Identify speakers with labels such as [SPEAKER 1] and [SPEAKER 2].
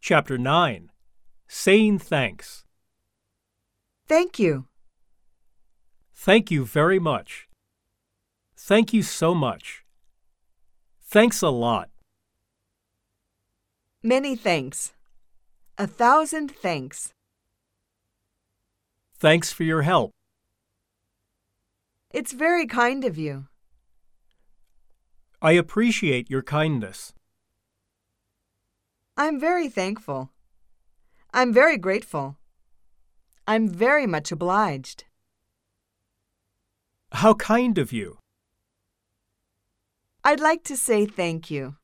[SPEAKER 1] Chapter 9 Saying Thanks.
[SPEAKER 2] Thank you.
[SPEAKER 1] Thank you very much. Thank you so much. Thanks a lot.
[SPEAKER 2] Many thanks. A thousand thanks.
[SPEAKER 1] Thanks for your help.
[SPEAKER 2] It's very kind of you.
[SPEAKER 1] I appreciate your kindness.
[SPEAKER 2] I'm very thankful. I'm very grateful. I'm very much obliged.
[SPEAKER 1] How kind of you.
[SPEAKER 2] I'd like to say thank you.